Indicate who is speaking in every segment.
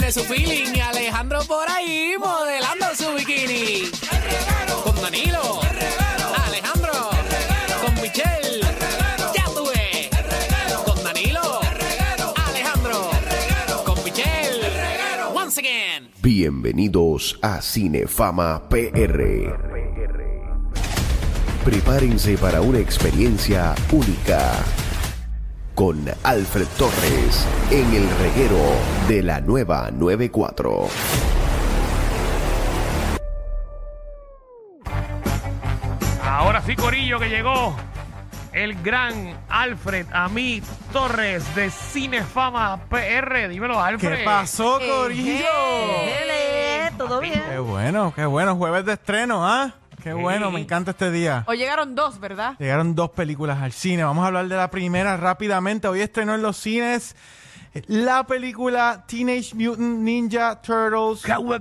Speaker 1: de su feeling. Y Alejandro por ahí modelando su bikini. Con Danilo. Alejandro. Con Michelle. Ya tuve. Con Danilo. Alejandro. Con Michelle. Once again.
Speaker 2: Bienvenidos a Cinefama PR. Prepárense para una experiencia única con Alfred Torres en el reguero de la nueva 94.
Speaker 3: Ahora sí, Corillo, que llegó el gran Alfred Ami Torres de Cinefama PR. Dímelo, Alfred.
Speaker 4: ¿Qué pasó,
Speaker 5: Eh,
Speaker 4: Corillo?
Speaker 5: eh, ¿Todo
Speaker 4: Qué
Speaker 5: bien?
Speaker 4: bueno, qué bueno. Jueves de estreno, ¿ah? Qué bueno, me encanta este día.
Speaker 5: Hoy llegaron dos, ¿verdad?
Speaker 4: Llegaron dos películas al cine. Vamos a hablar de la primera rápidamente. Hoy estrenó en los cines eh, la película Teenage Mutant Ninja Turtles
Speaker 3: Cowabunga,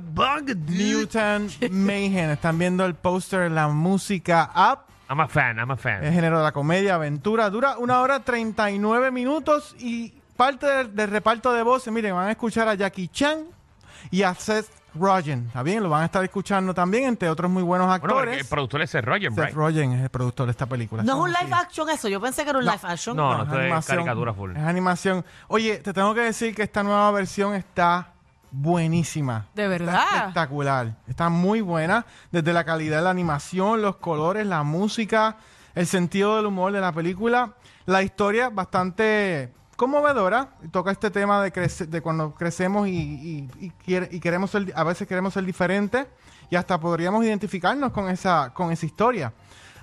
Speaker 3: dude.
Speaker 4: Mutant Mayhem. Están viendo el póster, la música up.
Speaker 3: I'm a fan, I'm a
Speaker 4: El
Speaker 3: fan.
Speaker 4: género de la comedia, aventura. Dura una hora 39 minutos y parte del, del reparto de voces, miren, van a escuchar a Jackie Chan y a Seth Rogen. ¿Está bien? Lo van a estar escuchando también, entre otros muy buenos
Speaker 3: Bueno, porque el
Speaker 4: actores.
Speaker 3: productor es Seth Rogen,
Speaker 4: Seth
Speaker 3: right?
Speaker 4: Rogen es el productor de esta película.
Speaker 5: No es un
Speaker 4: Así.
Speaker 5: live action eso, yo pensé que era un live action.
Speaker 3: No,
Speaker 4: No,
Speaker 3: no,
Speaker 4: es
Speaker 3: esto es
Speaker 4: animación.
Speaker 3: caricatura full.
Speaker 4: Es animación. Oye, te tengo que decir que esta nueva versión está buenísima.
Speaker 5: De
Speaker 4: Está
Speaker 5: verdad.
Speaker 4: espectacular. Está muy buena. Desde la calidad de la animación, los colores, la música, el sentido del humor de la película. La historia bastante conmovedora. Toca este tema de, crece- de cuando crecemos y, y- y quiere- y queremos ser- a veces queremos ser diferentes. Y hasta podríamos identificarnos con esa, con esa historia.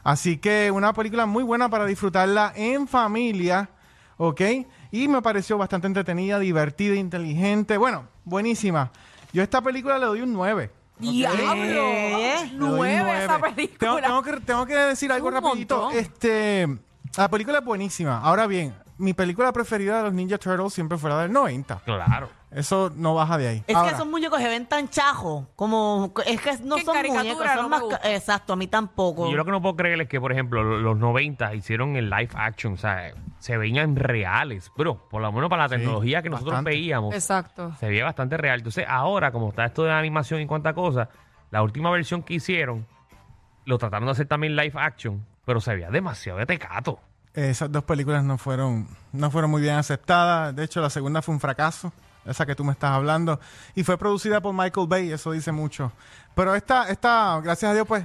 Speaker 4: Así que una película muy buena para disfrutarla en familia. ¿ok? Y me pareció bastante entretenida, divertida, inteligente. Bueno, buenísima. Yo a esta película le doy un 9.
Speaker 5: ¡Diablo!
Speaker 4: Le doy un
Speaker 5: Nueve esa
Speaker 4: nueve. Tengo, tengo
Speaker 5: película.
Speaker 4: que, tengo que decir algo
Speaker 5: Un
Speaker 4: rapidito.
Speaker 5: montón.
Speaker 4: Este, la película es buenísima. Ahora bien, mi película preferida de los Ninja Turtles siempre fue la del 90.
Speaker 3: Claro.
Speaker 4: Eso no baja de ahí.
Speaker 6: Es
Speaker 4: Ahora,
Speaker 6: que esos muñecos se ven tan chajos, como es que no
Speaker 5: Que en
Speaker 6: son
Speaker 5: caricatura
Speaker 6: muñecos,
Speaker 5: no me
Speaker 6: son más ca-
Speaker 5: gusta.
Speaker 6: exacto, a mí tampoco.
Speaker 3: Y Yo lo que no puedo creer es que, por ejemplo, lo- los 90 hicieron el live action, o sea, se veían reales, bro. Por lo menos para la tecnología que nosotros
Speaker 4: bastante.
Speaker 3: veíamos,
Speaker 5: Exacto.
Speaker 3: se veía bastante real. Entonces, ahora, como está esto de la animación y cuánta cosa, la última versión que hicieron, lo trataron de hacer también live action, pero se veía demasiado de tecato.
Speaker 4: Esas dos películas no fueron, no fueron muy bien aceptadas. De hecho, la segunda fue un fracaso, esa que tú me estás hablando. Y fue producida por Michael Bay, eso dice mucho. Pero esta, esta gracias a Dios, pues,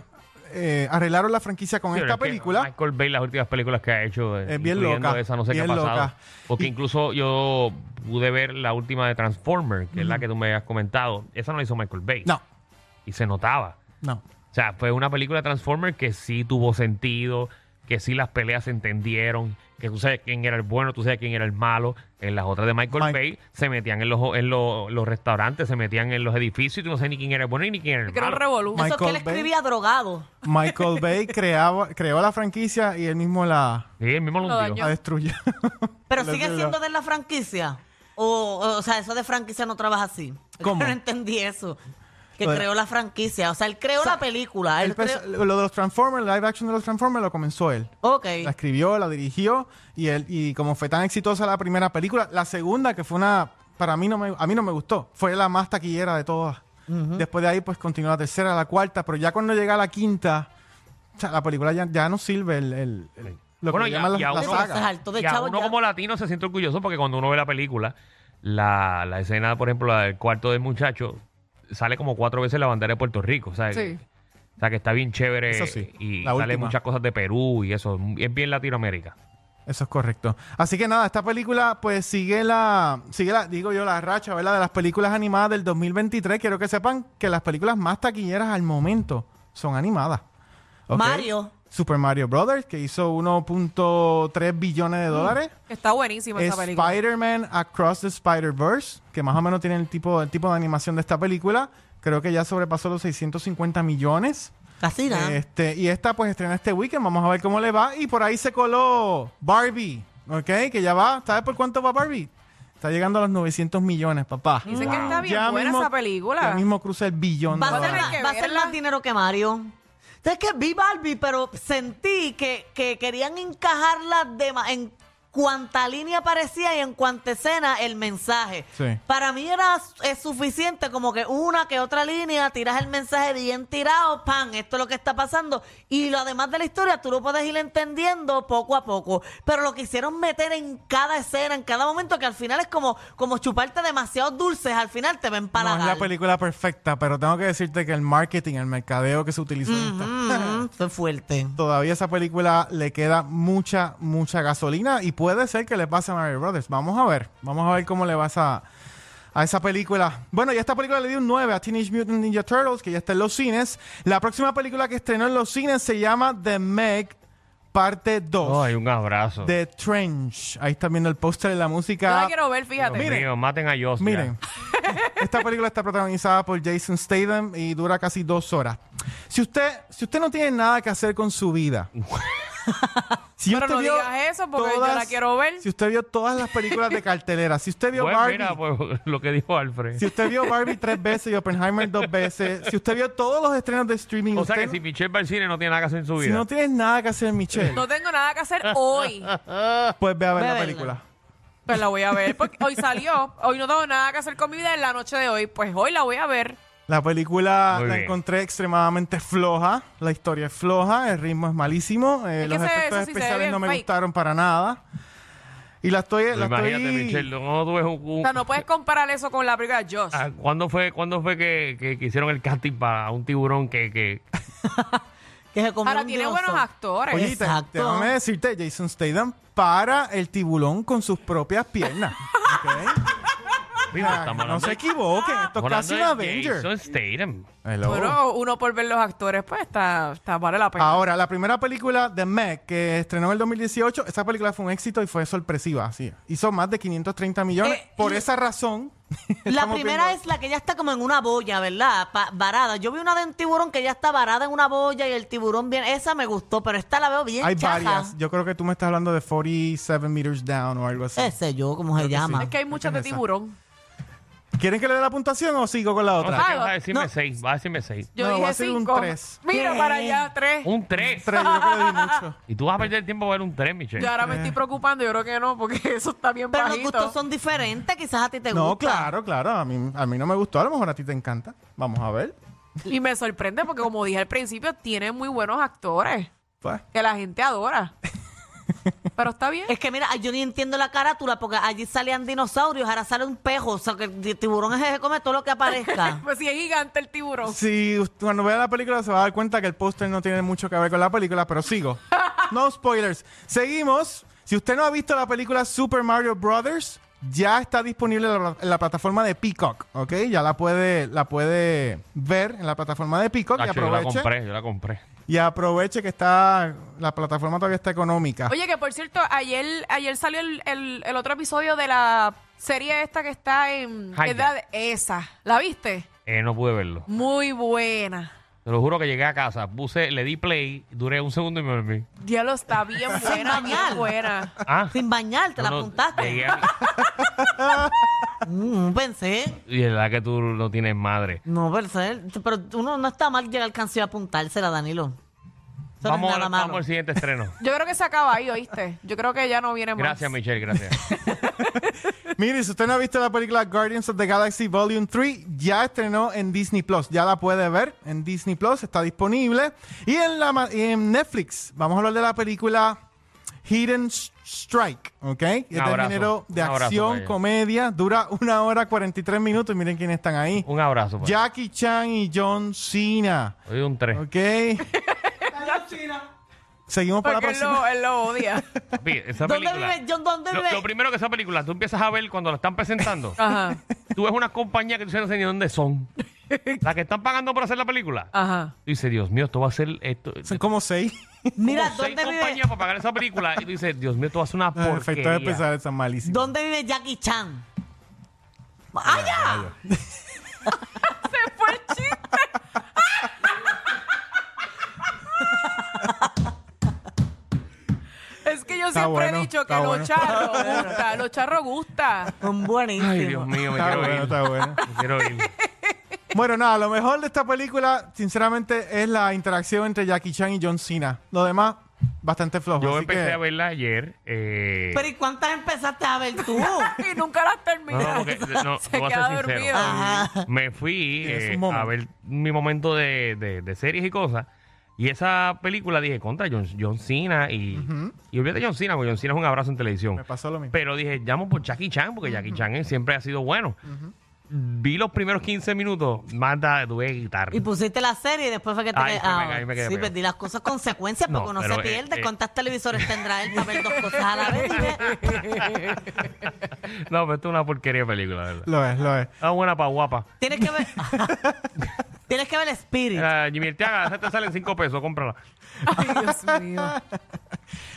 Speaker 4: eh, arreglaron la franquicia con
Speaker 3: Sí, pero
Speaker 4: esta
Speaker 3: es que
Speaker 4: película.
Speaker 3: Michael Bay, las últimas películas que ha hecho, eh,
Speaker 4: Es bien
Speaker 3: incluyendo
Speaker 4: loca,
Speaker 3: esa, no sé qué ha
Speaker 4: bien
Speaker 3: pasado.
Speaker 4: loca.
Speaker 3: Porque
Speaker 4: Y-
Speaker 3: incluso yo pude ver la última de Transformer, que es la que tú me habías comentado. Esa no la hizo Michael Bay.
Speaker 4: No,
Speaker 3: Y se notaba.
Speaker 4: no.
Speaker 3: O sea, fue una película de Transformers que sí tuvo sentido, que sí las peleas se entendieron, que tú sabes quién era el bueno, tú sabes quién era el malo. En las otras de Michael
Speaker 4: Mike.
Speaker 3: Bay se metían en los, en los, los restaurantes, se metían en los edificios y tú no sabes ni quién era el bueno ni quién era el
Speaker 5: Que era un
Speaker 3: malo.
Speaker 5: revolú.
Speaker 4: Ma-
Speaker 6: Eso es que él
Speaker 4: Michael Bay.
Speaker 6: escribía drogado.
Speaker 4: Michael Bay creaba, creó la franquicia y él mismo la,
Speaker 3: Sí, el mismo lo
Speaker 5: Lo
Speaker 3: hundió.
Speaker 5: dañó.
Speaker 4: la destruyó.
Speaker 6: Pero
Speaker 4: Lo
Speaker 6: sigue
Speaker 4: digo.
Speaker 6: siendo de la franquicia. O, o sea, eso de franquicia no trabaja así.
Speaker 4: ¿Cómo?
Speaker 6: Yo no entendí eso. Que
Speaker 4: Lo de-
Speaker 6: creó la franquicia. O sea, él creó la película. Él
Speaker 4: Él
Speaker 6: creó...
Speaker 4: empezó- lo de los Transformers, live action de los Transformers, lo comenzó él.
Speaker 6: Ok.
Speaker 4: La escribió, la dirigió y él y como fue tan exitosa la primera película, la segunda que fue una para mí no me a mí no me gustó, fue la más taquillera de todas. Después de ahí pues continuó la tercera, la cuarta, pero ya cuando llega la quinta, o sea, la película ya, ya no sirve el, el- el- lo
Speaker 3: Bueno,
Speaker 4: que
Speaker 3: ya-
Speaker 4: le llaman
Speaker 3: ya
Speaker 4: la, la
Speaker 3: uno-
Speaker 6: Entonces,
Speaker 4: saga.
Speaker 6: alto de
Speaker 3: y a
Speaker 6: chavo
Speaker 3: uno
Speaker 6: ya.
Speaker 3: como latino se siente orgulloso porque cuando uno ve la película, la, la escena, por ejemplo, la del cuarto del muchacho, sale como cuatro veces la bandera de Puerto Rico. O sea,
Speaker 5: Sí.
Speaker 3: o sea, que está bien chévere
Speaker 4: Eso sí,
Speaker 3: y
Speaker 4: la
Speaker 3: sale
Speaker 4: última.
Speaker 3: muchas cosas de Perú y eso. Es bien Latinoamérica.
Speaker 4: Eso es correcto. Así que nada, esta película pues sigue la, sigue la, digo yo, la racha, ¿verdad? De las películas animadas del 2023. Quiero que sepan que las películas más taquilleras al momento son animadas. ¿Ok?
Speaker 6: Mario.
Speaker 4: Super Mario Brothers, que hizo 1.3 billones de dólares.
Speaker 5: Está buenísima esa película.
Speaker 4: Spider-Man Across the Spider-Verse, que más o menos tiene el tipo, el tipo de animación de esta película. Creo que ya sobrepasó los 650 millones.
Speaker 6: Casi nada.
Speaker 4: Este, y esta pues estrena este weekend, vamos a ver cómo le va. Y por ahí se coló Barbie, ¿ok? Que ya va, ¿sabes por cuánto va Barbie? Está llegando a los 900 millones, papá.
Speaker 5: Dicen que está bien
Speaker 4: Ya
Speaker 5: buena
Speaker 4: mismo-
Speaker 5: esa película.
Speaker 4: Ya mismo cruza el billón. de
Speaker 6: Va a ser,
Speaker 4: dólares.
Speaker 5: tener que
Speaker 6: va a ser
Speaker 5: verla.
Speaker 6: más dinero que Mario. Es que vi Barbie, pero sentí que, que querían encajarla de ma- en cuánta línea aparecía y en cuánta escena el mensaje.
Speaker 4: Sí.
Speaker 6: Para mí era su- es suficiente como que una que otra línea, tiras el mensaje bien tirado, pan, esto es lo que está pasando. Y lo además de la historia, tú lo puedes ir entendiendo poco a poco. Pero lo que hicieron meter en cada escena, en cada momento, que al final es como, como chuparte demasiados dulces, al final te ven para
Speaker 4: No es la película perfecta, pero tengo que decirte que el marketing, el mercadeo que se utilizó en esta-
Speaker 6: Fue fuerte.
Speaker 4: Todavía esa película le queda mucha, mucha gasolina y puede ser que le pase a Mario Brothers. Vamos a ver, vamos a ver cómo le vas a, a esa película. Bueno, y esta película le dio un 9 a Teenage Mutant Ninja Turtles, que ya está en los cines. La próxima película que estrenó en los cines se llama The Meg, parte 2.
Speaker 3: Ay, Oh, un abrazo.
Speaker 4: The Trench. Ahí están viendo el póster de la
Speaker 5: Yo
Speaker 4: música.
Speaker 5: la quiero ver, fíjate.
Speaker 3: Dios
Speaker 4: Miren.
Speaker 3: mío, maten a Joss. ya.
Speaker 4: Miren, esta película está protagonizada por Jason Statham y dura casi dos horas. Si usted, si usted no tiene nada que hacer con su vida, si
Speaker 5: Pero no digas eso, porque yo la quiero ver.
Speaker 4: Si usted vio todas las películas de cartelera, si usted vio
Speaker 3: Pues
Speaker 4: Barbie,
Speaker 3: mira, pues, lo que dijo Alfred.
Speaker 4: si usted vio Barbie tres veces y Oppenheimer dos veces, si usted vio todos los estrenos de streaming,
Speaker 3: o sea
Speaker 4: usted
Speaker 3: que si Michelle va al cine no tiene nada que hacer en su
Speaker 4: si
Speaker 3: vida.
Speaker 4: no tienes nada que hacer, Michelle,
Speaker 5: No tengo nada que hacer hoy,
Speaker 4: pues ve a ver
Speaker 6: Ve a
Speaker 4: la
Speaker 6: verla.
Speaker 4: película.
Speaker 5: pero la voy a ver. Porque hoy salió, hoy no tengo nada que hacer con mi vida en la noche de hoy, pues hoy la voy a ver.
Speaker 4: La película
Speaker 3: Muy
Speaker 4: la
Speaker 3: bien.
Speaker 4: encontré extremadamente floja, la historia es floja, el ritmo es malísimo, eh,
Speaker 5: Es que
Speaker 4: los
Speaker 5: se-
Speaker 4: efectos
Speaker 5: eso sí se ve
Speaker 4: especiales
Speaker 5: bien
Speaker 4: no me
Speaker 5: fake.
Speaker 4: gustaron para nada. Y la estoy...
Speaker 3: Pero
Speaker 4: la estoy-
Speaker 3: imagínate, Michelle, no tú ves un...
Speaker 5: O
Speaker 3: un-
Speaker 5: sea, no puedes comparar eso con la película de Josh.
Speaker 3: Ah, ¿Cuándo fue, cuándo fue que, que, que hicieron el casting para un tiburón que, que
Speaker 6: Que se comió
Speaker 5: Ahora
Speaker 6: un
Speaker 5: tiene
Speaker 6: dinosaurio.
Speaker 5: buenos actores.
Speaker 4: Oye, y te-
Speaker 6: Exacto.
Speaker 4: déjame decirte, Jason Statham para el tiburón con sus propias piernas. ¿ok?
Speaker 3: Mira, estamos
Speaker 4: no
Speaker 3: hablando-
Speaker 4: se equivoquen, esto es
Speaker 3: estamos
Speaker 4: casi un
Speaker 3: hablando de
Speaker 4: Avenger.
Speaker 3: Jason Statham.
Speaker 4: Hello.
Speaker 5: Bueno,
Speaker 3: oh.
Speaker 5: uno por ver los actores, pues está, está vale la pena.
Speaker 4: Ahora, la primera película de Meg que estrenó en el 2018, esa película fue un éxito y fue sorpresiva, así. Hizo más de 530 millones.
Speaker 6: Eh,
Speaker 4: Por
Speaker 6: y-
Speaker 4: esa razón.
Speaker 6: La
Speaker 4: estamos
Speaker 6: primera
Speaker 4: viendo-
Speaker 6: es la que ya está como en una boya, ¿verdad? Pa- varada. Yo vi una de un tiburón que ya está varada en una boya y el tiburón bien. Esa me gustó, pero esta la veo bien
Speaker 4: Hay
Speaker 6: chaja.
Speaker 4: varias. Yo creo que tú me estás hablando de 47 Meters Down o algo así.
Speaker 6: Ese yo, ¿cómo se
Speaker 3: Ah,
Speaker 6: llama?
Speaker 5: es que hay muchas de
Speaker 4: esa.
Speaker 5: tiburón.
Speaker 4: ¿Quieren que le dé la puntuación o sigo con la
Speaker 3: No sé
Speaker 4: otra?
Speaker 3: qué vas a decirme
Speaker 6: No.
Speaker 3: seis, vas a decirme seis.
Speaker 5: Yo
Speaker 4: No, va
Speaker 5: dije
Speaker 4: a ser un
Speaker 5: cinco.
Speaker 4: tres.
Speaker 5: Mira
Speaker 6: ¿Qué?
Speaker 5: para allá, tres.
Speaker 3: Un tres.
Speaker 4: Tres, yo creo que le di mucho.
Speaker 3: Y tú vas a perder el tiempo para ver un tres, Michelle.
Speaker 5: Yo ahora me estoy preocupando, yo creo que no, porque eso está bien
Speaker 6: Pero los
Speaker 5: bajito.
Speaker 6: gustos son diferentes, quizás a ti te
Speaker 4: No,
Speaker 6: gusta.
Speaker 4: claro, claro. A mí, a mí no me gustó. A lo mejor a ti te encanta. Vamos a ver.
Speaker 5: Y me sorprende porque, como dije al principio, tiene muy buenos actores
Speaker 4: Pues,
Speaker 5: que la gente adora. Pero está bien.
Speaker 6: Es que mira, ay, yo ni entiendo la carátula porque allí salían dinosaurios, ahora sale un pejo. O sea, que el di- tiburón es el que come todo lo que aparezca.
Speaker 5: Pues si es gigante el tiburón.
Speaker 4: Si usted- cuando vea la película se va a dar cuenta que el póster no tiene mucho que ver con la película, pero sigo. No spoilers. Seguimos. Si usted no ha visto la película Super Mario Brothers, ya está disponible en la, en la plataforma de Peacock, ¿ok? Ya la puede, la puede ver en la plataforma de Peacock y
Speaker 3: Nacho, yo la
Speaker 4: aproveche.
Speaker 3: compré, yo la compré.
Speaker 4: Y aproveche que está la plataforma todavía está económica.
Speaker 5: Oye, que por cierto, ayer, ayer salió el, el- el otro episodio de la serie esta que está en
Speaker 3: Hiya.
Speaker 5: edad esa. ¿La viste?
Speaker 3: Eh, no pude verlo.
Speaker 5: Muy buena.
Speaker 3: Te lo juro que llegué a casa, puse, le di play, duré un segundo y me dormí.
Speaker 5: Diablo, está bien buena, bien
Speaker 6: bañar.
Speaker 5: buena.
Speaker 3: Ah,
Speaker 6: Sin bañarte,
Speaker 3: yo
Speaker 6: la
Speaker 3: no- llegué
Speaker 6: apuntaste.
Speaker 3: a mi-
Speaker 6: Mm, pensé.
Speaker 3: Y es verdad que tú no tienes madre.
Speaker 6: No, pensé. Pero uno no está mal llegar al canción a apuntársela, Danilo. Eso no es
Speaker 3: Vamos,
Speaker 6: nada
Speaker 3: al-
Speaker 6: malo.
Speaker 3: vamos al siguiente estreno.
Speaker 5: Yo creo que se acaba ahí, ¿oíste? Yo creo que ya no viene más.
Speaker 3: Gracias, Michelle, gracias.
Speaker 4: Mire, si usted no ha visto la película Guardians of the Galaxy Volume 3, ya estrenó en Disney Plus. Ya la puede ver en Disney Plus, está disponible. Y en, la, ma- y en Netflix, vamos a hablar de la película Hidden S- Strike, ¿ok? Es
Speaker 3: Un
Speaker 4: de
Speaker 3: abrazo,
Speaker 4: género de
Speaker 3: un abrazo para
Speaker 4: acción,
Speaker 3: ella.
Speaker 4: comedia, dura una hora 43 minutos y miren quiénes están ahí.
Speaker 3: Un abrazo. pues.
Speaker 4: Jackie Chan y John Cena,
Speaker 3: Hoy un tres.
Speaker 4: ¿ok? Seguimos para la
Speaker 5: Porque él
Speaker 4: próxima.
Speaker 5: lo, él lo odia.
Speaker 3: Papi, esa
Speaker 6: ¿Dónde
Speaker 3: película-
Speaker 6: vive John? ¿Dónde
Speaker 3: lo,
Speaker 6: vive?
Speaker 3: lo primero que esa película, tú empiezas a ver cuando la están presentando,
Speaker 5: Ajá,
Speaker 3: tú ves una compañía que tú no sabes ni dónde son. Las que están pagando por hacer la película.
Speaker 6: Ah.
Speaker 5: ajá.
Speaker 3: Tú dices, Dios mío, esto va a ser... Esto,
Speaker 4: Son como seis.
Speaker 6: Mira,
Speaker 3: como seis
Speaker 6: ¿dónde vive,
Speaker 3: compañías para pagar esa película. Y tú dices, Dios mío, esto va a ser una
Speaker 4: Los Ah, efectos
Speaker 3: porquería.
Speaker 4: especiales son malísimos.
Speaker 6: ¿dónde vive Jackie Chan? ¡Ah, ¡Allá!
Speaker 5: Se fue el chiste. Es que yo
Speaker 4: Está
Speaker 5: siempre
Speaker 4: bueno,
Speaker 5: he dicho que
Speaker 4: está
Speaker 5: lo
Speaker 4: bueno.
Speaker 5: charro gusta, lo charro gusta.
Speaker 6: Un buenísimo.
Speaker 3: Ay, Dios mío, me
Speaker 4: Está
Speaker 3: quiero
Speaker 4: bueno,
Speaker 3: ir.
Speaker 4: está bueno.
Speaker 3: Me quiero ir.
Speaker 4: Bueno, nada, lo mejor de esta película, sinceramente, es la interacción entre Jackie Chan y John Cena. Lo demás, bastante flojo.
Speaker 3: Yo
Speaker 4: así
Speaker 3: empecé
Speaker 4: que-
Speaker 3: a verla ayer. eh,
Speaker 6: Pero ¿y cuántas empezaste a ver tú?
Speaker 5: y nunca las
Speaker 3: no,
Speaker 5: terminas.
Speaker 3: no, porque, no,
Speaker 5: se
Speaker 3: te voy a
Speaker 5: queda
Speaker 3: ser sincero.
Speaker 5: dormido.
Speaker 6: Ajá.
Speaker 3: Me fui
Speaker 4: Tienes
Speaker 3: eh,
Speaker 4: un momento.
Speaker 3: a ver mi momento de, de- de series y cosas. Y esa película dije, contra John, John Cena. Y, y olvídate de John Cena, porque John Cena es un abrazo en televisión.
Speaker 4: Me pasó lo mismo.
Speaker 3: Pero dije, llamo por Jackie Chan, porque Jackie Chan eh, siempre ha sido bueno. Vi los primeros 15 minutos, manda, tuve que quitar.
Speaker 6: Y pues- pusiste la serie y después fue que te
Speaker 3: Ahí fue,
Speaker 6: ah,
Speaker 3: me- ahí me quedé
Speaker 6: Sí,
Speaker 3: pegado.
Speaker 6: perdí las cosas consecuencias
Speaker 3: No,
Speaker 6: porque uno
Speaker 3: pero,
Speaker 6: se
Speaker 3: eh,
Speaker 6: pierde.
Speaker 3: eh.
Speaker 6: ¿Cuántas televisores tendrá él para ver dos cosas a la vez? Dime,
Speaker 3: No, pero esto es una porquería de película, de ¿verdad?
Speaker 4: Lo es, lo es.
Speaker 3: Ah, buena pa' guapa.
Speaker 6: Tienes que ver. Tienes que ver Spirit.
Speaker 3: Eh, Jimmy Arteaga, esa te salen 5 pesos, cómprala.
Speaker 5: Ay, Dios mío.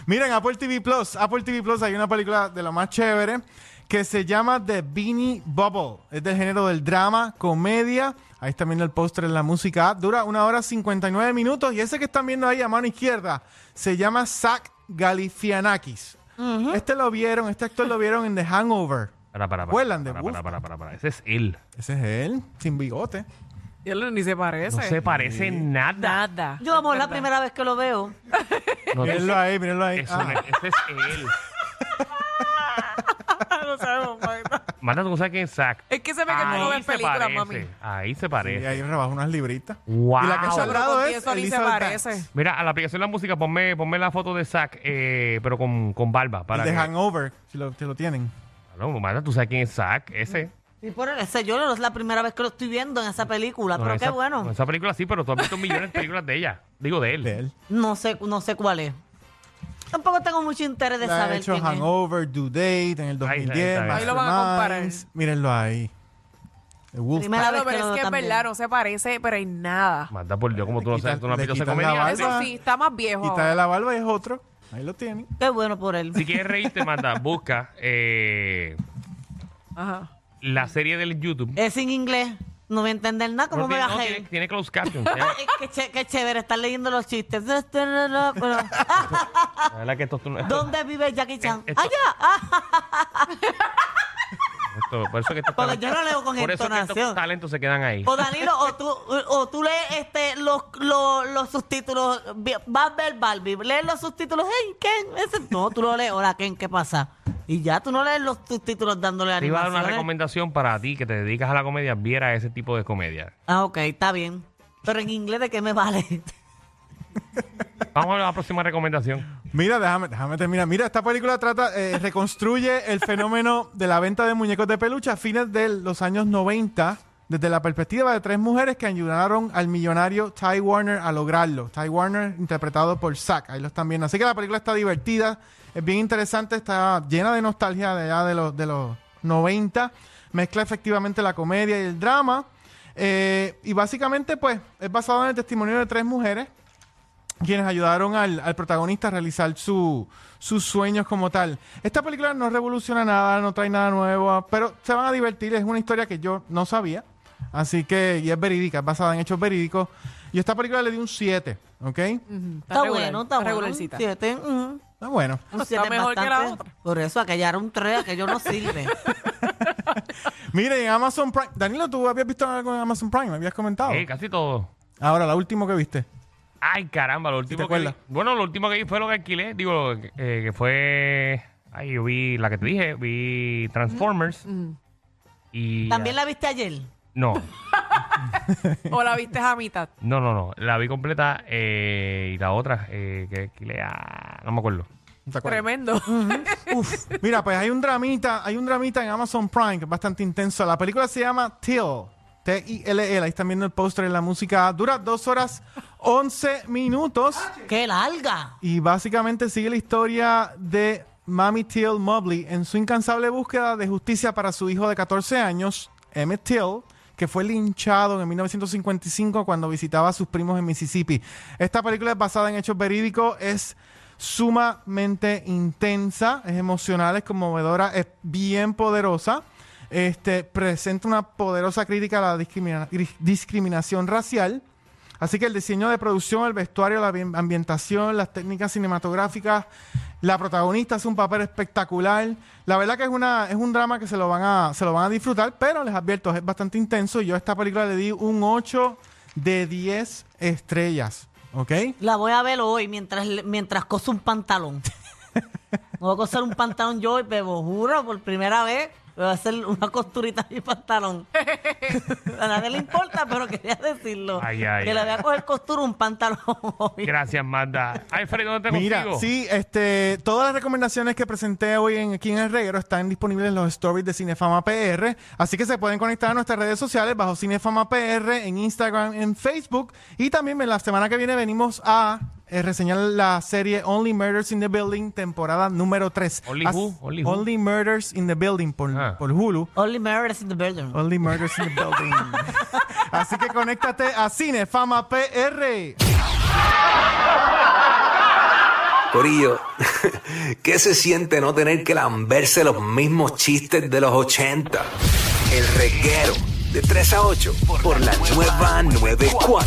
Speaker 4: Miren, Apple TV Plus. Apple TV Plus hay una película de lo más chévere que se llama The Beanie Bubble. Es del género del drama, comedia. Ahí están viendo el póster en la música. Dura una hora 59 minutos. Y ese que están viendo ahí a mano izquierda se llama Zach Galifianakis. Este lo vieron, este actor lo vieron en The Hangover.
Speaker 3: Para, para, para.
Speaker 4: Vuelan de
Speaker 3: para,
Speaker 4: bus.
Speaker 3: para, para, para, para. Ese es él.
Speaker 4: Ese es él, sin bigote.
Speaker 5: Ya lo- ni se parece.
Speaker 3: No se parece en nada.
Speaker 5: Nada.
Speaker 6: Yo, amor, la primera vez que lo veo.
Speaker 3: No,
Speaker 4: Mírenlo
Speaker 3: ese-
Speaker 4: ahí, mírenlo ahí.
Speaker 3: eso
Speaker 4: Ah,
Speaker 3: no es- ese es él.
Speaker 5: no sabemos, Magda.
Speaker 3: Manda, tú no sabes quién es Zack.
Speaker 5: Es que se ve que tú no
Speaker 3: Ahí
Speaker 5: ves
Speaker 3: se
Speaker 5: películas,
Speaker 3: parece,
Speaker 5: mami.
Speaker 3: Ahí se
Speaker 4: y
Speaker 3: parece.
Speaker 4: ahí rebajo unas libritas.
Speaker 3: Wow.
Speaker 4: Y la que ha
Speaker 3: Pero
Speaker 4: hablado
Speaker 5: contigo
Speaker 4: es
Speaker 5: eso ni se
Speaker 4: Elizabeth
Speaker 5: parece.
Speaker 4: Banks.
Speaker 3: Mira, a la aplicación de la música ponme, ponme la foto de Zack, eh, pero con, con barba. Para
Speaker 4: The
Speaker 3: que-
Speaker 4: Hangover, si lo, si lo tienen.
Speaker 3: No, Manda, tú sabes quién es Zack.
Speaker 5: Mm.
Speaker 3: Ese.
Speaker 5: Ah,
Speaker 6: Y por ese, yo no es la primera vez que lo estoy viendo en esa película,
Speaker 3: No,
Speaker 6: pero
Speaker 3: esa-
Speaker 6: qué bueno.
Speaker 3: no, Esa película sí, pero tú has visto millones de películas de ella. Digo, de él.
Speaker 4: De él.
Speaker 6: No sé, no sé cuál es. Tampoco tengo mucho interés de
Speaker 4: La ha
Speaker 6: saber
Speaker 4: hecho
Speaker 6: quién es.
Speaker 4: Hangover, Due Date en el
Speaker 3: Ahí está,
Speaker 4: 2010.
Speaker 3: ahí está. Ahí
Speaker 5: lo van a comparar.
Speaker 4: Masterminds. eh. Mírenlo ahí. El Wolf
Speaker 6: Primera
Speaker 5: Claro,
Speaker 6: vez que
Speaker 5: pero
Speaker 6: lo
Speaker 5: es que es
Speaker 6: también.
Speaker 5: verdad, no se parece, pero hay nada.
Speaker 3: Manda, por Dios, como
Speaker 4: Le
Speaker 3: tú no
Speaker 4: quitas-
Speaker 3: sabes, tú no has
Speaker 4: le
Speaker 3: visto ese
Speaker 4: quitas la
Speaker 3: comediante.
Speaker 4: barba.
Speaker 5: Eso sí, está más viejo.
Speaker 4: Quita de la barba y es otro. Ahí lo tienen.
Speaker 6: Qué bueno por él.
Speaker 3: Si quieres reírte, manda, busca eh,
Speaker 5: Ajá.
Speaker 3: la serie del YouTube.
Speaker 6: Es en inglés. No voy a entender nada. ¿Cómo
Speaker 3: No
Speaker 6: me
Speaker 3: tiene,
Speaker 6: vas
Speaker 3: no,
Speaker 6: a Ah,
Speaker 3: tiene,
Speaker 6: ir?
Speaker 3: tiene closed caption. Eh, se llama.
Speaker 6: Qué, ché- qué chévere estar leyendo los chistes.
Speaker 3: La verdad que esto, tú no- esto-
Speaker 6: ¿Dónde vive Jackie Chan?
Speaker 3: Esto-
Speaker 6: Allá. Ah,
Speaker 3: esto- por eso que estos
Speaker 6: Porque
Speaker 3: talentos-
Speaker 6: yo no leo con
Speaker 3: por eso que estos
Speaker 6: entonación.
Speaker 3: talentos se quedan ahí.
Speaker 6: O Danilo, o tú, o tú lees este, los, los, los subtítulos. vi- Vas a ver Barbie. Lees los subtítulos. Hey, Ken. ese- No, tú lo lees. Hola, Ken, ¿qué pasa? Y ya tú no lees los subtítulos dándole
Speaker 3: Te iba a dar una
Speaker 6: animaciones.
Speaker 3: recomendación para ti que te dedicas a la comedia, viera ese tipo de comedia.
Speaker 6: Ah, ok, está bien. Pero en inglés, ¿de qué me vale?
Speaker 3: Vamos a la próxima recomendación.
Speaker 4: Mira, déjame, déjame terminar. Mira, esta película trata, eh, reconstruye el fenómeno de la venta de muñecos de peluche a fines de los años 90, desde la perspectiva de tres mujeres que ayudaron al millonario Ty Warner a lograrlo. Ty Warner, interpretado por Zack, ahí lo están viendo. Así que la película está divertida, es bien interesante, está llena de nostalgia de allá de los, de los 90. Mezcla efectivamente la comedia y el drama. Eh, y básicamente, pues, es basado en el testimonio de tres mujeres quienes ayudaron al, al protagonista a realizar su- sus sueños como tal. Esta película no revoluciona nada, no trae nada nuevo, pero se van a divertir. Es una historia que yo no sabía, así que y es verídica, es basada en hechos verídicos. Y esta película le di un 7, ¿ok?
Speaker 6: Está bueno, está bueno.
Speaker 5: regularcita.
Speaker 6: Siete, ujú.
Speaker 4: Está Ah, bueno.
Speaker 6: Un
Speaker 5: Está
Speaker 6: siete es
Speaker 5: mejor que la
Speaker 6: bastante.
Speaker 5: otra.
Speaker 6: Por eso, aquella era un 3, aquello no sirve.
Speaker 4: Mire, en Amazon Prime. Danilo, tú habías visto algo en Amazon Prime, me habías comentado.
Speaker 3: Eh, casi todo.
Speaker 4: Ahora, la última que viste.
Speaker 3: Ay, caramba, lo último
Speaker 4: te
Speaker 3: que vi-
Speaker 4: acuerdas?
Speaker 3: Bueno, lo último que vi fue lo que alquilé. Digo, eh, que fue. Ay, yo vi la que te dije, vi Transformers. Y.
Speaker 6: Mm, También la viste ayer.
Speaker 3: No,
Speaker 5: O la viste a mitad.
Speaker 3: no, no, no. La vi completa eh, y la otra eh, que alquilé. ah, no me acuerdo.
Speaker 4: ¿No te acuerdas?
Speaker 5: Tremendo.
Speaker 4: Uf. Mira, pues hay un dramita, hay un dramita en Amazon Prime que es bastante intenso. La película se llama Till. T-I-L-L. Ahí están viendo el póster en la música. Dura dos horas 11 minutos.
Speaker 6: ¡Qué larga!
Speaker 4: Y básicamente sigue la historia de Mami Till Mobley en su incansable búsqueda de justicia para su hijo de 14 años, Emmett Till, que fue linchado en 1955 cuando visitaba a sus primos en Mississippi. Esta película es basada en hechos verídicos, es sumamente intensa, es emocional, es conmovedora, es bien poderosa. Este, presenta una poderosa crítica a la discrimina- gris- discriminación racial. Así que el diseño de producción, el vestuario, la ambi- ambientación, las técnicas cinematográficas, la protagonista hace un papel espectacular. La verdad que es una es un drama que se lo van a se lo van a disfrutar, pero les advierto, es bastante intenso y yo a esta película le di un 8 de 10 estrellas. ¿ok?
Speaker 6: La voy a ver hoy mientras, mientras coso un pantalón. Me voy a coser un pantalón yo hoy, bebo, juro, por primera vez. Me voy a hacer una costurita a mi pantalón. a nadie le importa, pero quería decirlo.
Speaker 3: Ay, ay,
Speaker 6: que le voy a
Speaker 3: ay.
Speaker 6: coger costura un pantalón hoy.
Speaker 3: Gracias, Magda. Alfredo, ¿dónde te
Speaker 4: Mira,
Speaker 3: consigo?
Speaker 4: sí, este, todas las recomendaciones que presenté hoy en, aquí en El Reguero están disponibles en los stories de Cinefama PR, así que se pueden conectar a nuestras redes sociales bajo Cinefama PR en Instagram, en Facebook y también en la semana que viene venimos a eh, reseñar la serie Only Murders in the Building, temporada número 3.
Speaker 3: Only who? Only who?
Speaker 4: Murders in the Building por,
Speaker 3: Ah.
Speaker 4: por Hulu.
Speaker 6: Only murders in the building.
Speaker 4: Only Murders in the Building. Así que conéctate a Cinefama PR.
Speaker 7: Corillo, ¿qué se siente no tener que lamberse los mismos chistes de los 80? El reguero de 3 a 8 por la nueva 94.